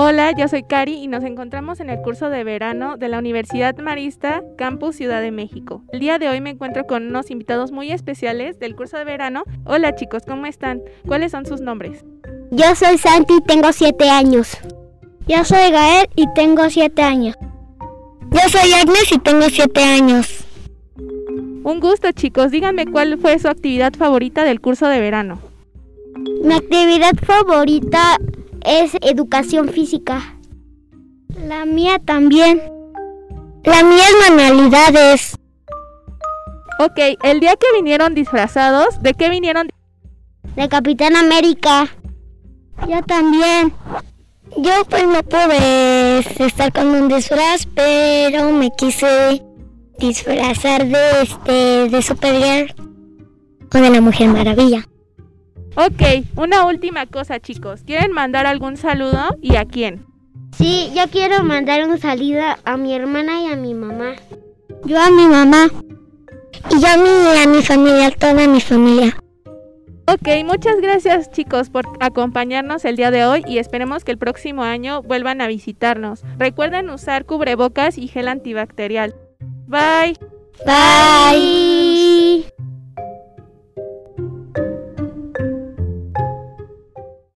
Hola, yo soy Cari y nos encontramos en el curso de verano de la Universidad Marista, Campus Ciudad de México. El día de hoy me encuentro con unos invitados muy especiales del curso de verano. Hola chicos, ¿cómo están? ¿Cuáles son sus nombres? Yo soy Santi y tengo 7 años. Yo soy Gael y tengo 7 años. Yo soy Agnes y tengo 7 años. Un gusto chicos, díganme cuál fue su actividad favorita del curso de verano. Mi actividad favorita es educación física. La mía también. La mía es manualidades. Ok, el día que vinieron disfrazados, ¿de qué vinieron? De Capitán América. Yo también. Yo pues no pude este, estar con un disfraz, pero me quise disfrazar de este de Supergirl o de la Mujer Maravilla. Ok, una última cosa chicos. ¿Quieren mandar algún saludo y a quién? Sí, yo quiero mandar un saludo a mi hermana y a mi mamá. Yo a mi mamá. Y yo a mi, a mi familia, toda mi familia. Ok, muchas gracias chicos por acompañarnos el día de hoy y esperemos que el próximo año vuelvan a visitarnos. Recuerden usar cubrebocas y gel antibacterial. Bye. Bye.